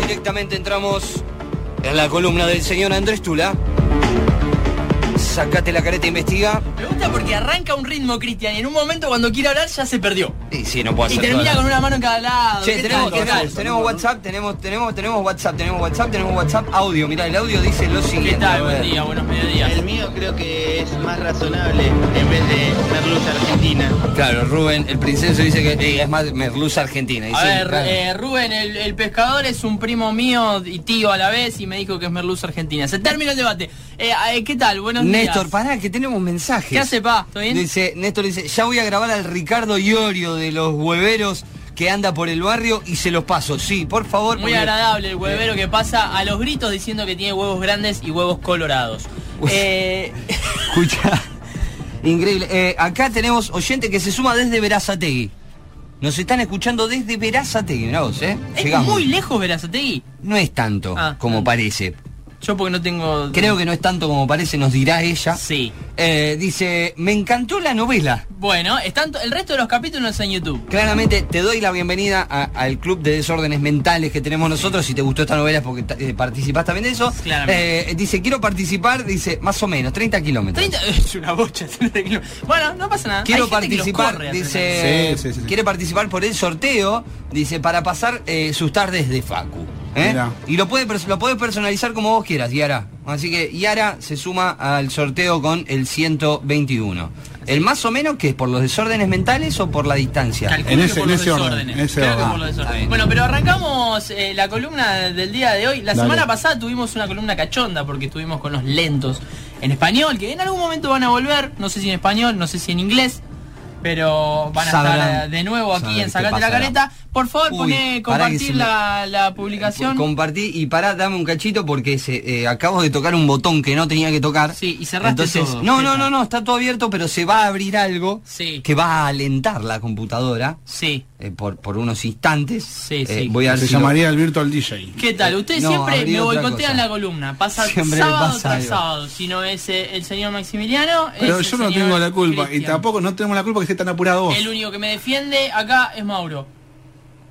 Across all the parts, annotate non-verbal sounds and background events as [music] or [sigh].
directamente entramos en la columna del señor Andrés Tula. Sacate la careta e investiga. Me gusta porque arranca un ritmo, Cristian, y en un momento cuando quiere hablar ya se perdió. Y sí, no puedo Y hacer termina todo. con una mano en cada lado. Che, ¿Qué tenemos, tenemos- tal? ¿Qué tal? tenemos WhatsApp, tenemos, tenemos, tenemos WhatsApp, tenemos WhatsApp, tenemos WhatsApp audio. Mirá, el audio dice lo siguiente. ¿Qué tal? a ver. Buen día, buenos mediodías. El mío creo que es más razonable en vez de merluza argentina. Claro, Rubén, el princeso dice que eh, es más merluza argentina. y A sí, ver, claro. eh, Rubén, el, el pescador es un primo mío y tío a la vez y me dijo que es merluza argentina. Se termina el debate. Eh, eh, ¿Qué tal? Buenos Néstor, días. pará, que tenemos mensajes. ¿Qué hace, pa? ¿Todo bien? Dice, Néstor dice, ya voy a grabar al Ricardo Iorio de los hueveros que anda por el barrio y se los paso. Sí, por favor. Muy porque- agradable el huevero que pasa a los gritos diciendo que tiene huevos grandes y huevos colorados. Uy. Eh, Escucha. Increíble. Eh, acá tenemos oyente que se suma desde Verazategui. Nos están escuchando desde Verazategui, mirá vos, ¿eh? es Llegamos. muy lejos Verazategui. No es tanto Ah. como parece. Yo porque no tengo... Creo que no es tanto como parece, nos dirá ella. Sí. Eh, dice, me encantó la novela. Bueno, están to- el resto de los capítulos en YouTube. Claramente te doy la bienvenida a- al club de desórdenes mentales que tenemos nosotros. Si te gustó esta novela es porque ta- eh, participás también de eso. Claramente. Eh, dice, quiero participar, dice, más o menos, 30 kilómetros. 30 [laughs] es una bocha. 30 kilómetros. Bueno, no pasa nada. Quiero Hay gente que los corre participar, a 30 dice, Sí, sí, sí, sí. quiere participar por el sorteo, dice, para pasar eh, sus tardes de Facu. ¿eh? Mirá. Y lo puede pers- lo puedes personalizar como vos quieras, Yara. Así que Yara se suma al sorteo con el 121. El más o menos que es por los desórdenes mentales o por la distancia. Calculo En que ese- por en los ese orden, desórdenes. en ese Creo que orden. por los desórdenes. Ah, bien. Bueno, pero arrancamos eh, la columna del día de hoy. La Dale. semana pasada tuvimos una columna cachonda porque estuvimos con los lentos en español, que en algún momento van a volver, no sé si en español, no sé si en inglés. Pero van a estar Sabrán. de nuevo aquí Sabrán en qué Sacate la pasará. Careta. Por favor, Uy, pone pará que compartir se me- la, la publicación. Compartí y pará, dame un cachito porque se, eh, acabo de tocar un botón que no tenía que tocar. Sí, y cerraste Entonces, todo. No, no, Epa. no, no, está todo abierto, pero se va a abrir algo Sí. que va a alentar la computadora Sí. eh, por, por unos instantes. Sí, Eh, sí. voy a ver Se si lo- llamaría el Virtual DJ. ¿Qué tal? Ustedes No, siempre abrí me otra boicotean cosa. la columna. Pasa Siempre me sábado pasa tras algo. sábado. Si no es eh, el señor Maximiliano. Pero es yo el no señor tengo la culpa y Cristian. tampoco no tenemos la culpa que esté tan apurado vos. El único que me defiende acá es Mauro.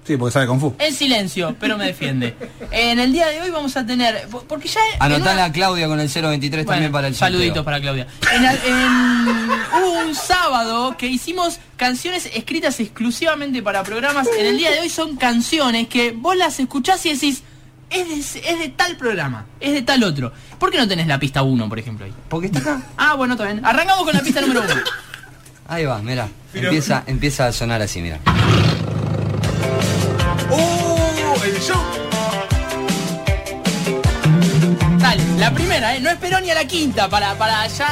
Sí, porque sabe Kung Fu. En silencio, pero me [laughs] defiende. En el día de hoy vamos a tener. Porque ya. en Anotala una- a Claudia con el 023 también Bueno, para el Saluditos sorteo. para Claudia. En al- en- hubo un sábado que hicimos canciones escritas exclusivamente para programas. En el día de hoy son canciones que vos las escuchás y decís. Es de, es de tal programa, es de tal otro. ¿Por qué no tenés la pista 1, por ejemplo? Ahí? Porque está acá. Ah, bueno, está bien. Arrancamos con la pista número 1. Ahí va, mira. Empieza, empieza a sonar así, mira. ¡Uh! Dale, la primera, ¿eh? No esperó ni a la quinta para, para ya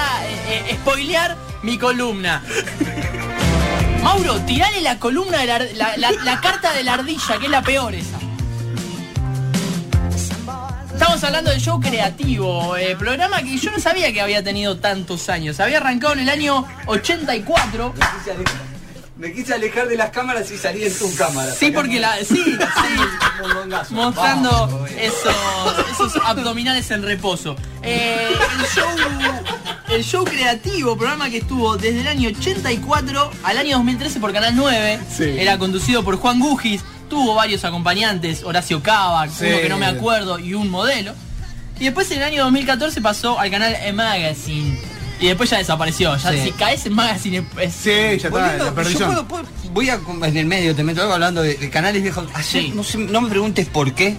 eh, eh, spoilear mi columna. Mauro, tirale la columna de la, ar- la, la- la carta de la ardilla, que es la peor esa. Estamos hablando del show creativo, eh, programa que yo no sabía que había tenido tantos años. Había arrancado en el año 84. Me quise alejar de las cámaras y salí en tu cámara. Sí, porque la. Sí, sí. mostrando esos, esos abdominales en reposo. Eh, el, show, el show creativo, programa que estuvo desde el año 84 al año 2013 por Canal 9, Sí. era conducido por Juan Gugis, tuvo varios acompañantes, Horacio Cava, Sí. uno que no me acuerdo, y un modelo. Y después en el año 2014 pasó al canal E Magazine. Y después ya desapareció. Ya Sí. si caes en Magazine es- es, Sí, ya está, Volviendo, la yo perdición. puedo- puedo- voy a, en el medio, te meto algo hablando de, de canales viejos. Ayer, Sí. no, sé- no me preguntes por qué,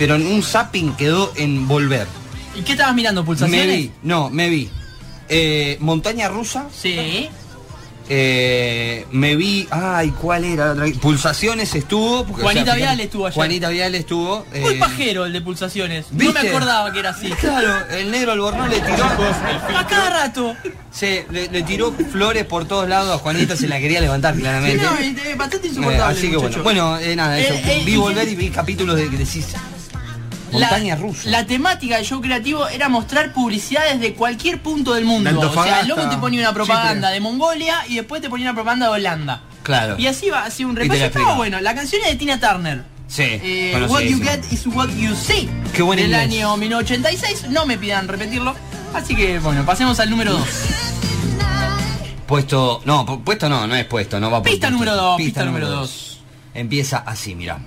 pero en un zapping quedó en volver. ¿Y qué estabas mirando? Me ¿Pulsaciones? vi, no, me vi. eh, montaña rusa, Sí. eh, me vi, ay, ¿cuál era? la otra? Pulsaciones estuvo. porque, Juanita fíjate, Vial estuvo ayer. Juanita Vial estuvo. Muy eh, pajero el de pulsaciones. No ¿viste? me acordaba que era [laughs] así. Claro, el negro Albornoz le tiró, A cada rato. se, le, le tiró flores por todos lados a Juanita, se la quería levantar claramente. No, y- eh, bastante Eh, insoportable. así que bueno, muchacho. bueno, eh, nada, eso. Eh, eh, vi y- volver y vi capítulos de que decís La- montaña rusa. La temática del show creativo era mostrar publicidades de cualquier punto del mundo. De O sea, Antofagasta, luego te ponía una propaganda Chipre. de Mongolia y después te ponía una propaganda de Holanda. Claro. Y así va, así un te repaso. la Estaba explico. bueno. La canción es de Tina Turner. Sí, Eh, conocidísimo. what you get is what you see. Qué buen Del inglés. año 1986. No me pidan repetirlo. Así que bueno, pasemos al número 2. Puesto, no, pu- puesto no, no es puesto, no va por Pista puesto. número dos, pista número dos. Empieza así, mirá.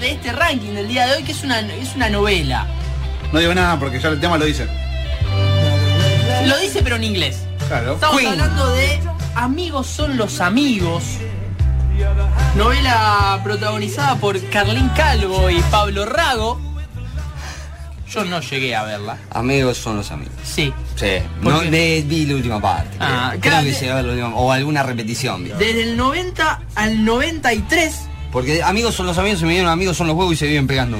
de este ranking del día de hoy, que es una, es una novela. No digo nada porque ya el tema lo dice. Lo dice pero en inglés. Claro. Estamos Queen. hablando de Amigos son los amigos. Novela protagonizada por Carlín Calvo y Pablo Rago. Yo no llegué a verla. Amigos son los amigos. Sí. Sí, ¿Por no qué? de, vi la última parte. Ah, creo. claro, creo que de- se va la última o alguna repetición. vi. Desde el 90 al 93 Porque amigos son los amigos, se me dieron amigos son los huevos y se viven pegando.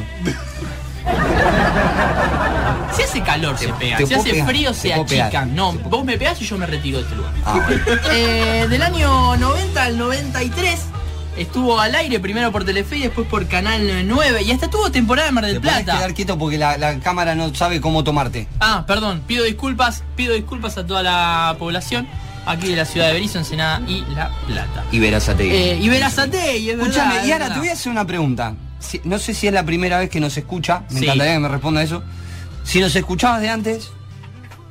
Si hace calor se pega, te si puedo hace pegar, frío te se puedo pegar. achican. No, vos me pegás y yo me retiro de este lugar. Ah, bueno. [laughs] Eh, del año 90 al 93 estuvo al aire primero por Telefe y después por Canal 9 y hasta tuvo temporada en Mar Te del podés Plata. quedar quieto porque la, la cámara no sabe cómo tomarte. Ah, perdón, pido disculpas, pido disculpas a toda la población aquí de la ciudad de Berizo, Ensenada y La Plata. Y verás a Eh, y Verazate, y es verdad, Escúchame, es Yara, verdad. te voy a hacer una pregunta. Si- no sé si es la primera vez que nos escucha, me Sí. encantaría que me responda eso. Si nos escuchabas de antes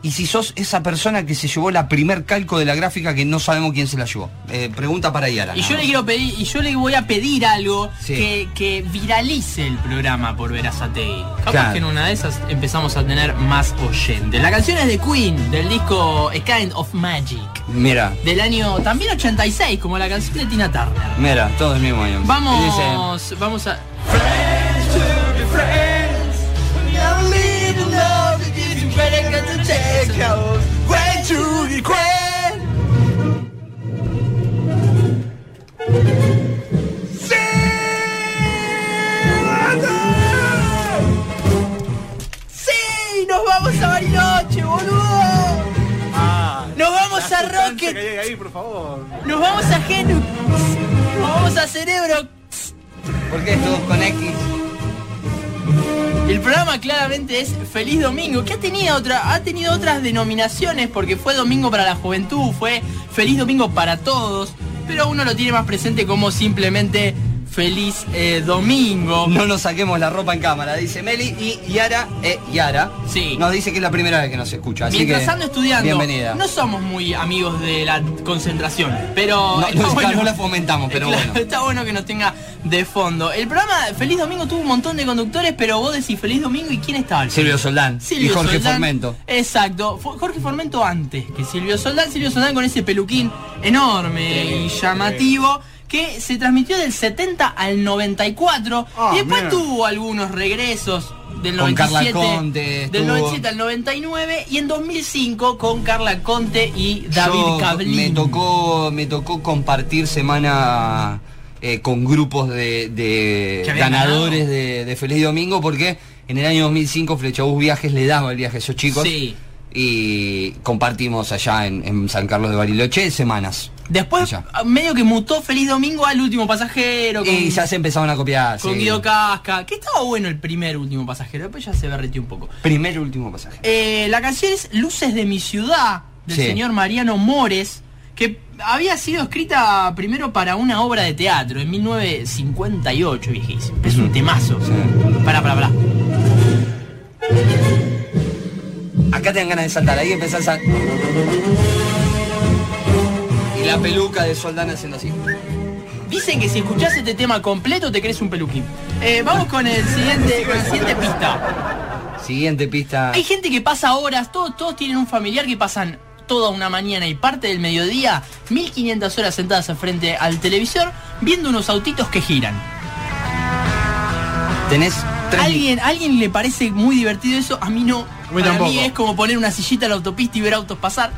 y si sos esa persona que se llevó la primer calco de la gráfica que no sabemos quién se la llevó. Eh, pregunta para Yara. nada Y yo le más. quiero pedir, y yo le voy a pedir algo Sí. que, que viralice el programa por Verazatei. Capaz Claro. que en una de esas empezamos a tener más oyentes. La canción es de Queen, del disco A Kind of Magic, Mira, del año también 86, como la canción de Tina Turner. mira, todo el mismo año. eh. Y dice, Vamos, vamos a. ¡Sí! ¡Nos vamos a Bariloche, boludo! Ah, ¡Nos vamos a Rocket! ahí, por favor. Nos vamos a Genux. Nos vamos a Cerebro. ¿por qué todos con X? El programa claramente es Feliz Domingo, que ha tenido otra, ha tenido otras denominaciones porque fue Domingo para la Juventud, fue Feliz Domingo para todos, pero uno lo tiene más presente como simplemente Feliz eh, Domingo. No nos saquemos la ropa en cámara, dice Meli y Yara, eh, Yara. Sí. Nos dice que es la primera vez que nos escucha. Así Mientras que, ando estudiando, Bienvenida. no somos muy amigos de la concentración, pero No, [laughs] está no, bueno. no la fomentamos, pero Claro, bueno. Está bueno que nos tenga de fondo. El programa Feliz Domingo tuvo un montón de conductores, pero vos decís Feliz Domingo y quién estaba al frente? Silvio Soldán Silvio y Jorge Soldán. Formento. Exacto. Fue Jorge Formento antes que Silvio Soldán. Silvio Soldán con ese peluquín enorme y llamativo. Que se transmitió del 70 al 94. Ah, y después mira. tuvo algunos regresos del Con Carla 97. Conte, del estuvo. 97 al 99. Y en 2005 con Carla Conte y David Yo Cablín. Me tocó, me tocó compartir semana eh, con grupos de, de Que habían ganadores ganado. de, de Feliz Domingo porque en el año 2005 Flechabús Viajes le daba el viaje a esos chicos. Sí. Y compartimos allá en, en San Carlos de Bariloche semanas. Después ah, Ya. medio que mutó Feliz Domingo al último pasajero con, Y ya se empezaron a copiar. con sí. Guido Casca, que estaba bueno el primer último pasajero, después ya se berreteó un poco. Primer y último pasaje. Eh, la canción es Luces de mi ciudad, del Sí. señor Mariano Mores, que había sido escrita primero para una obra de teatro en 1958, viejísimo. Es un temazo. Sí. Pará, pará, pará. Acá te dan ganas de saltar, ahí empezás a. Y la peluca de Soldán haciendo así. Dicen que si escuchás este tema completo te crees un peluquín. Eh, vamos con el siguiente, con la siguiente pista. Siguiente pista. Hay gente que pasa horas, todos, todos tienen un familiar que pasan toda una mañana y parte del mediodía, 1500 horas sentadas al frente al televisor, viendo unos autitos que giran. Tenés tres. ¿Alguien, alguien le parece muy divertido eso? A mí no. Para tampoco. mí es como poner una sillita en la autopista y ver autos pasar.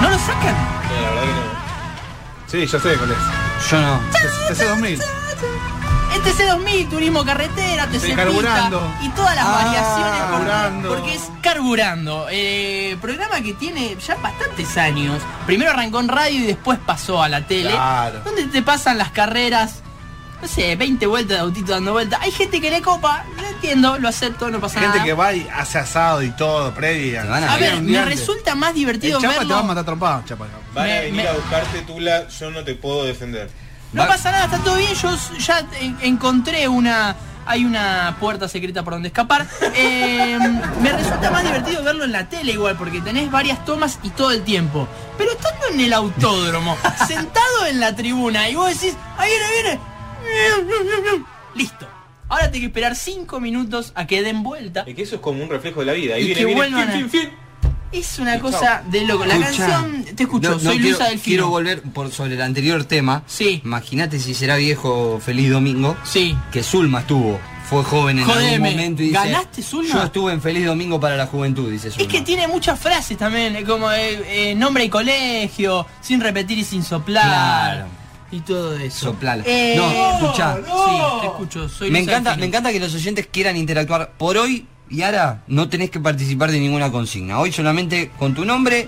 ¿No lo sacan? Sí, yo sé cuál es. Yo no. TC2000. ETC 2000, turismo carretera, TC pista carburando. y todas las Ah, variaciones por- carburando. porque es carburando. Eh, programa que tiene ya bastantes años. Primero arrancó en radio y después pasó a la tele. Claro. Donde te pasan las carreras, no sé, 20 vueltas de autito dando vueltas. Hay gente que le copa, lo entiendo, lo acepto, no pasa Gente nada. que va y hace asado y todo, previa. Te van A ver, Un me día antes. resulta más divertido El chapa te va a verlo. matar trompado, chapa. Van Me- a venir me- a buscarte, Tula, yo no te puedo defender. No Va- pasa nada, está todo bien. Yo s- ya en- encontré una. Hay una puerta secreta por donde [laughs] escapar. Eh, me resulta más divertido verlo en la tele igual, porque tenés varias tomas y todo el tiempo. [laughs] Pero estando en el autódromo, sentado en la tribuna, y vos decís, ahí viene, ahí viene. Listo. Ahora tengo que esperar 5 minutos a que den vuelta. Es que eso es como un reflejo de la vida. Ahí Y viene, que viene, vuelvan fin, a- fin, fin. Es una cosa de loco. La Escuchá. canción, te escucho, No, no soy quiero, Luisa del Quiero volver por sobre el anterior tema. Sí. Imagínate si será viejo feliz domingo. Sí. Que Zulma estuvo. Fue joven en Jodeme, algún momento y dice. ¿ganaste, Zulma? Yo estuve en feliz domingo para la juventud, dice Zulma. Es que tiene muchas frases también, eh, como eh, eh, nombre y colegio, sin repetir y sin soplar. Claro. Y todo eso. Soplala. Eh, no, escuchá. Sí, te escucho, soy Me Luisa encanta, del me Fino. encanta que los oyentes quieran interactuar. Por hoy, Yara, no tenés que participar de ninguna consigna. Hoy solamente con tu nombre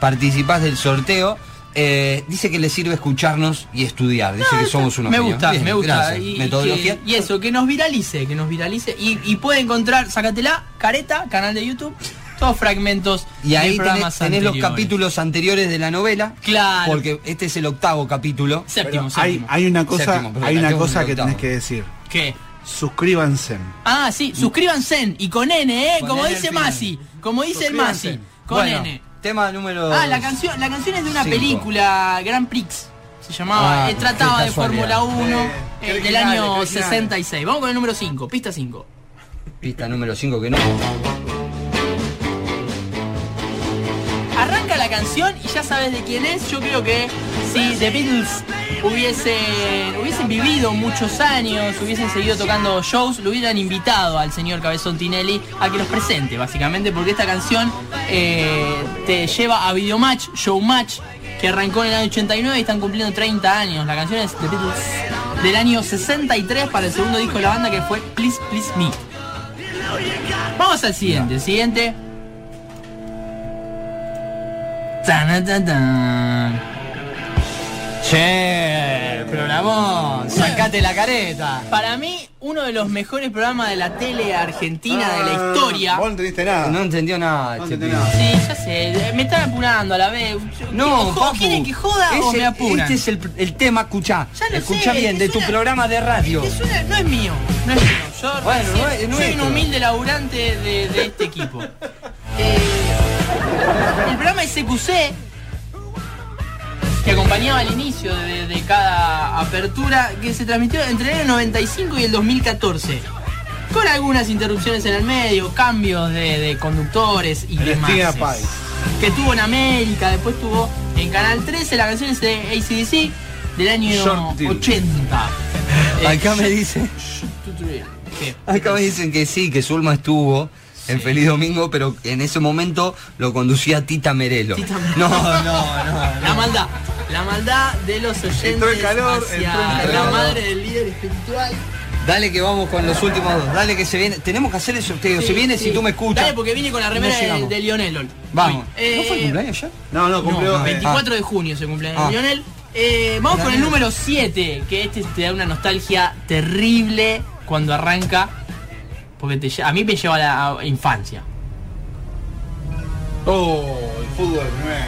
participás del sorteo. Eh, dice que le sirve escucharnos y estudiar. Dice que somos unos Ah, Me genios. gusta, Bien, me gusta. gracias. Y, y Metodología. que- y eso, que nos viralice, que nos viralice. Y, y puede encontrar, sácatela, careta, canal de YouTube, todos fragmentos Y ahí de tenés, programas tenés los anteriores. capítulos anteriores de la novela. Claro. Porque este es el octavo capítulo. Séptimo, Hay, séptimo. hay una cosa, Séptimo, perdón, hay una tenemos cosa un que octavo. tenés que decir. ¿Qué? Suscríbanse. Ah, sí, suscríbanse y con N, ¿eh? Con como N al dice final. Masi, como dice el Suscríbanse. Masi, con Bueno, N. Tema número. Ah, la canción, la canción es de una Cinco. película, Grand Prix, se llamaba, Ah, eh, trataba qué de Fórmula casualidad. 1 Eh, eh, qué del originales, qué año originales. 66. Vamos con el número 5, pista 5. Pista número 5 que no. Arranca la canción y ya sabes de quién es. Yo creo que si The Beatles hubiesen, hubiesen vivido muchos años, hubiesen seguido tocando shows, lo hubieran invitado al señor Cabezón Tinelli a que los presente, básicamente, porque esta canción eh, te lleva a Videomatch, Showmatch, que arrancó en el año 89 y están cumpliendo 30 años. La canción es The Beatles del año 63 para el segundo disco de la banda que fue Please Please Me. Vamos al siguiente, el siguiente. Tan, tan, tan. Che, programón, sacate la careta. Para mí, uno de los mejores programas de la tele argentina de la Ah, historia. Vos no entendiste nada. No entendió nada. No este entendí pibe. nada. Sí, ya sé, me están apurando a la vez. No, Jo- papu. ¿quieren que joda o Ese- me apuran? Este es el, el tema, escuchá. Ya lo Escuchá sé, bien, es de tu una- programa de radio. Es una- no es mío, no es mío. Yo Bueno, recién- no es- no soy es un todo. humilde laburante de, de este equipo. Eh, el programa SQC, que acompañaba al inicio de, de cada apertura, que se transmitió entre el año 95 y el 2014. Con algunas interrupciones en el medio, cambios de, de conductores y demás. Cristina Pai. Que tuvo en América, después tuvo en Canal 13, la canción es de ACDC del año Short Deal. 80. Eh, Acá me dicen, ¿Qué? acá me dicen que sí, que Zulma estuvo. En Feliz Domingo, pero en ese momento lo conducía Tita Merelo. Tita No, Merelo. no, no. La maldad. La maldad de los oyentes Entró en calor, hacia entró en la calor. madre del líder espiritual. Dale que vamos con los últimos dos. Dale que se viene. Tenemos que hacer el sorteo. Sí, se viene sí. si tú me escuchas. Dale, porque vine con la remera No de, llegamos. de Lionel. Lol. Vamos. Eh, ¿No fue el cumpleaños ya? No, no, cumplió. no, eh, 24 de junio se cumple Ah. Lionel. Eh, vamos con el Daniel. número 7, que este te da una nostalgia terrible cuando arranca, porque te lle- a mí me lleva a la a- infancia. Oh, el fútbol nueve.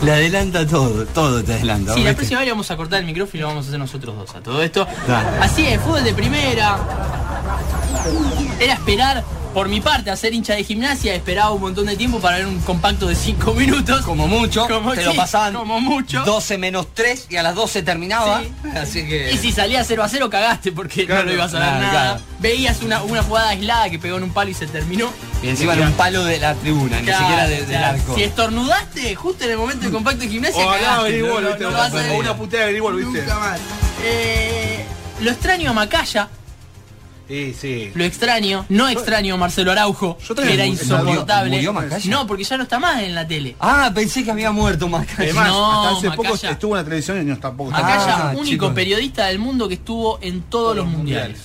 Le adelanta todo, todo te adelanta. Sí, la ¿viste? próxima vez le vamos a cortar el micrófono y lo vamos a hacer nosotros dos a todo esto. Dale. Así es, fútbol de primera. Era esperar, por mi parte, a ser hincha de gimnasia, esperaba un montón de tiempo para ver un compacto de 5 minutos. Como mucho, Como te sí, lo pasaban como mucho. 12 menos 3 y a las 12 terminaba. Sí. [laughs] Así que. Y si salía 0 a 0 cagaste porque Claro, no lo ibas a ver claro, nada. claro. Veías una, una jugada aislada que pegó en un palo y se terminó. Y encima era un palo de la tribuna, ni siquiera de- del Claro, claro. arco. Si estornudaste justo en el momento del compacto de gimnasia, O Oh, hablaba cagaste. de No, igual, no, viste. no vas a O ver. una puteada de igual, viste. Nunca más. Eh, lo extraño a Macaya, Sí, [laughs] sí. lo extraño, no extraño a Marcelo Araujo, Yo que también era murió- insoportable. ¿Murió Macaya? no, porque ya no está más en la tele. Ah, pensé que había muerto Macaya. [laughs] Además, No, hasta hace poco Macaya. estuvo en la televisión y no tampoco estaba. Macaya, Ah, único chicos. periodista del mundo que estuvo en todos los mundiales.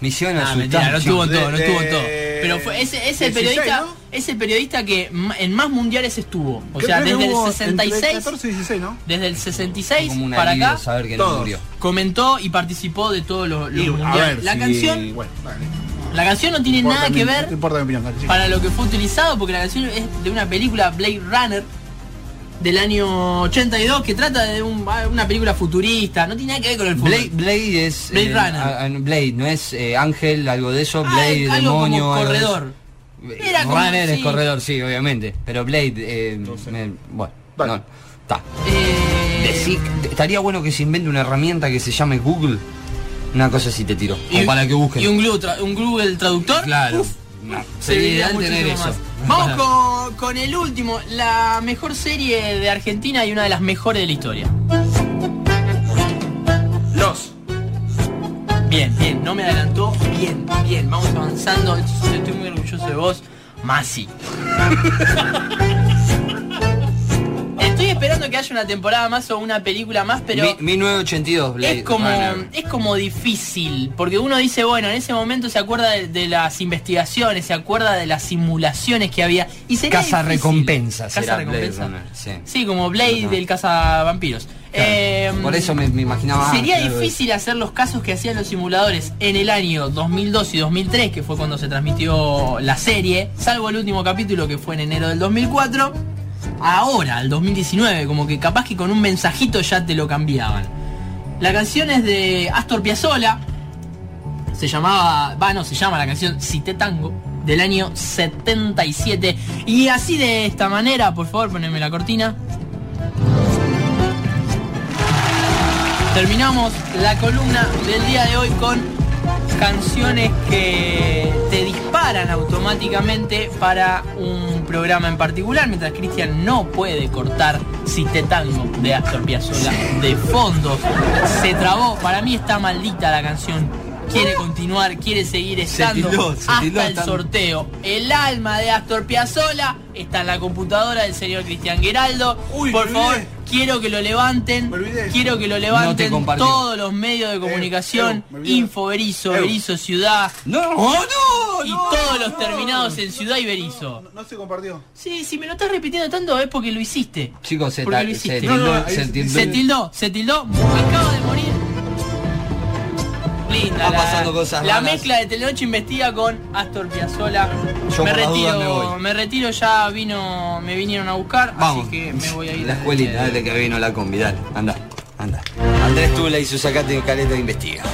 Me hicieron Ah, mentira, asustar. no chico. estuvo en todo, no De- estuvo en todo. de- Pero fue, es, es el 16, periodista, ¿no? es el periodista que ma- en más mundiales estuvo. O Creo sea, que desde el hubo entre 66, 14 y 16, ¿no? desde el 66 Como un para alivio acá, saber que no todos. murió. comentó y participó de todos los, los Y, a mundiales. ver, la si- canción, bueno, vale. la canción no tiene No nada importa que mi- ver No importa mi opinión, dale, sí. para lo que fue utilizado, porque la canción es de una película Blade Runner del año 82 que trata de un- ah, una película futurista, no tiene nada que ver con el fútbol. Blade, Blade es. Blade Runner. a- a- Blade, no es eh, Ángel, algo de eso. Ah, Blade, algo demonio. como algo de eso. corredor. Eh, Era como- Runner es sí. corredor, sí, obviamente. Pero Blade. eh, me- bueno, Vale. no. Está. Eh, Decí- estaría bueno que se invente una herramienta que se llame Google. Una cosa así te tiro. y- o para que busquen. Y un Google, tra- un Google traductor. Claro. Uf, No, sería sería ideal muchísimo tener eso. más. [laughs] Vamos con, con el último, la mejor serie de Argentina y una de las mejores de la historia. Los. Bien, bien, no me adelantó. Bien, bien, vamos avanzando. Estoy muy orgulloso de vos, [laughs] Masi. Estoy esperando que haya una temporada más o una película más, pero Mi- 1982, Blade es como Runner. es como difícil porque uno dice bueno en ese momento se acuerda de, de las investigaciones se acuerda de las simulaciones que había y sería Casa difícil. recompensas Casa era Blade recompensa. Runner, sí. sí como Blade Ajá. del caza vampiros Claro. Por eso me, me imaginaba. eh, Sería claro, difícil hacer los casos que hacían los simuladores en el año 2002 y 2003, que fue cuando se transmitió la serie, salvo el último capítulo que fue en enero del 2004, ahora, el 2019, como que capaz que con un mensajito ya te lo cambiaban. La canción es de Astor Piazzolla, se llamaba, va, no, se llama la canción Cité Tango, del año 77. Y así de esta manera, por favor, poneme la cortina. Terminamos la columna del día de hoy con canciones que te disparan automáticamente para un programa en particular, mientras Cristian no puede cortar si te tango de Astor Piazzolla de fondo. Se trabó, para mí está maldita la canción. Quiere continuar, quiere seguir estando tildó, se hasta tildó, el está- sorteo. El alma de Astor Piazzolla está en la computadora del señor Cristian Geraldo. Uy, Por me favor, olvidé. quiero que lo levanten. Me olvidé. Quiero que lo levanten compartió. todos los medios de comunicación, Evo, me olvidé. Info Berizo, Evo. Berizo Ciudad No, no, no. Oh, y todos los no. terminados en Ciudad y No, Berizo. no se compartió. Sí, si me lo estás repitiendo tanto es porque lo hiciste. Chicos, se, ¿Por qué ta- lo hiciste? se tildó- No, no, ahí se se- tildó- Se tildó, se tildó, acaba de morir. Linda, Van la, pasando cosas la raras. mezcla de Telenoche Investiga con Astor Piazzolla. Yo me por las dudas retiro, me voy. retiro, ya vino, me vinieron a buscar, Vamos. así que me voy a ir. La escuelita, Eh, dale que vino la convidar. Anda, anda. Andrés Tula y su sacate de caleta investiga.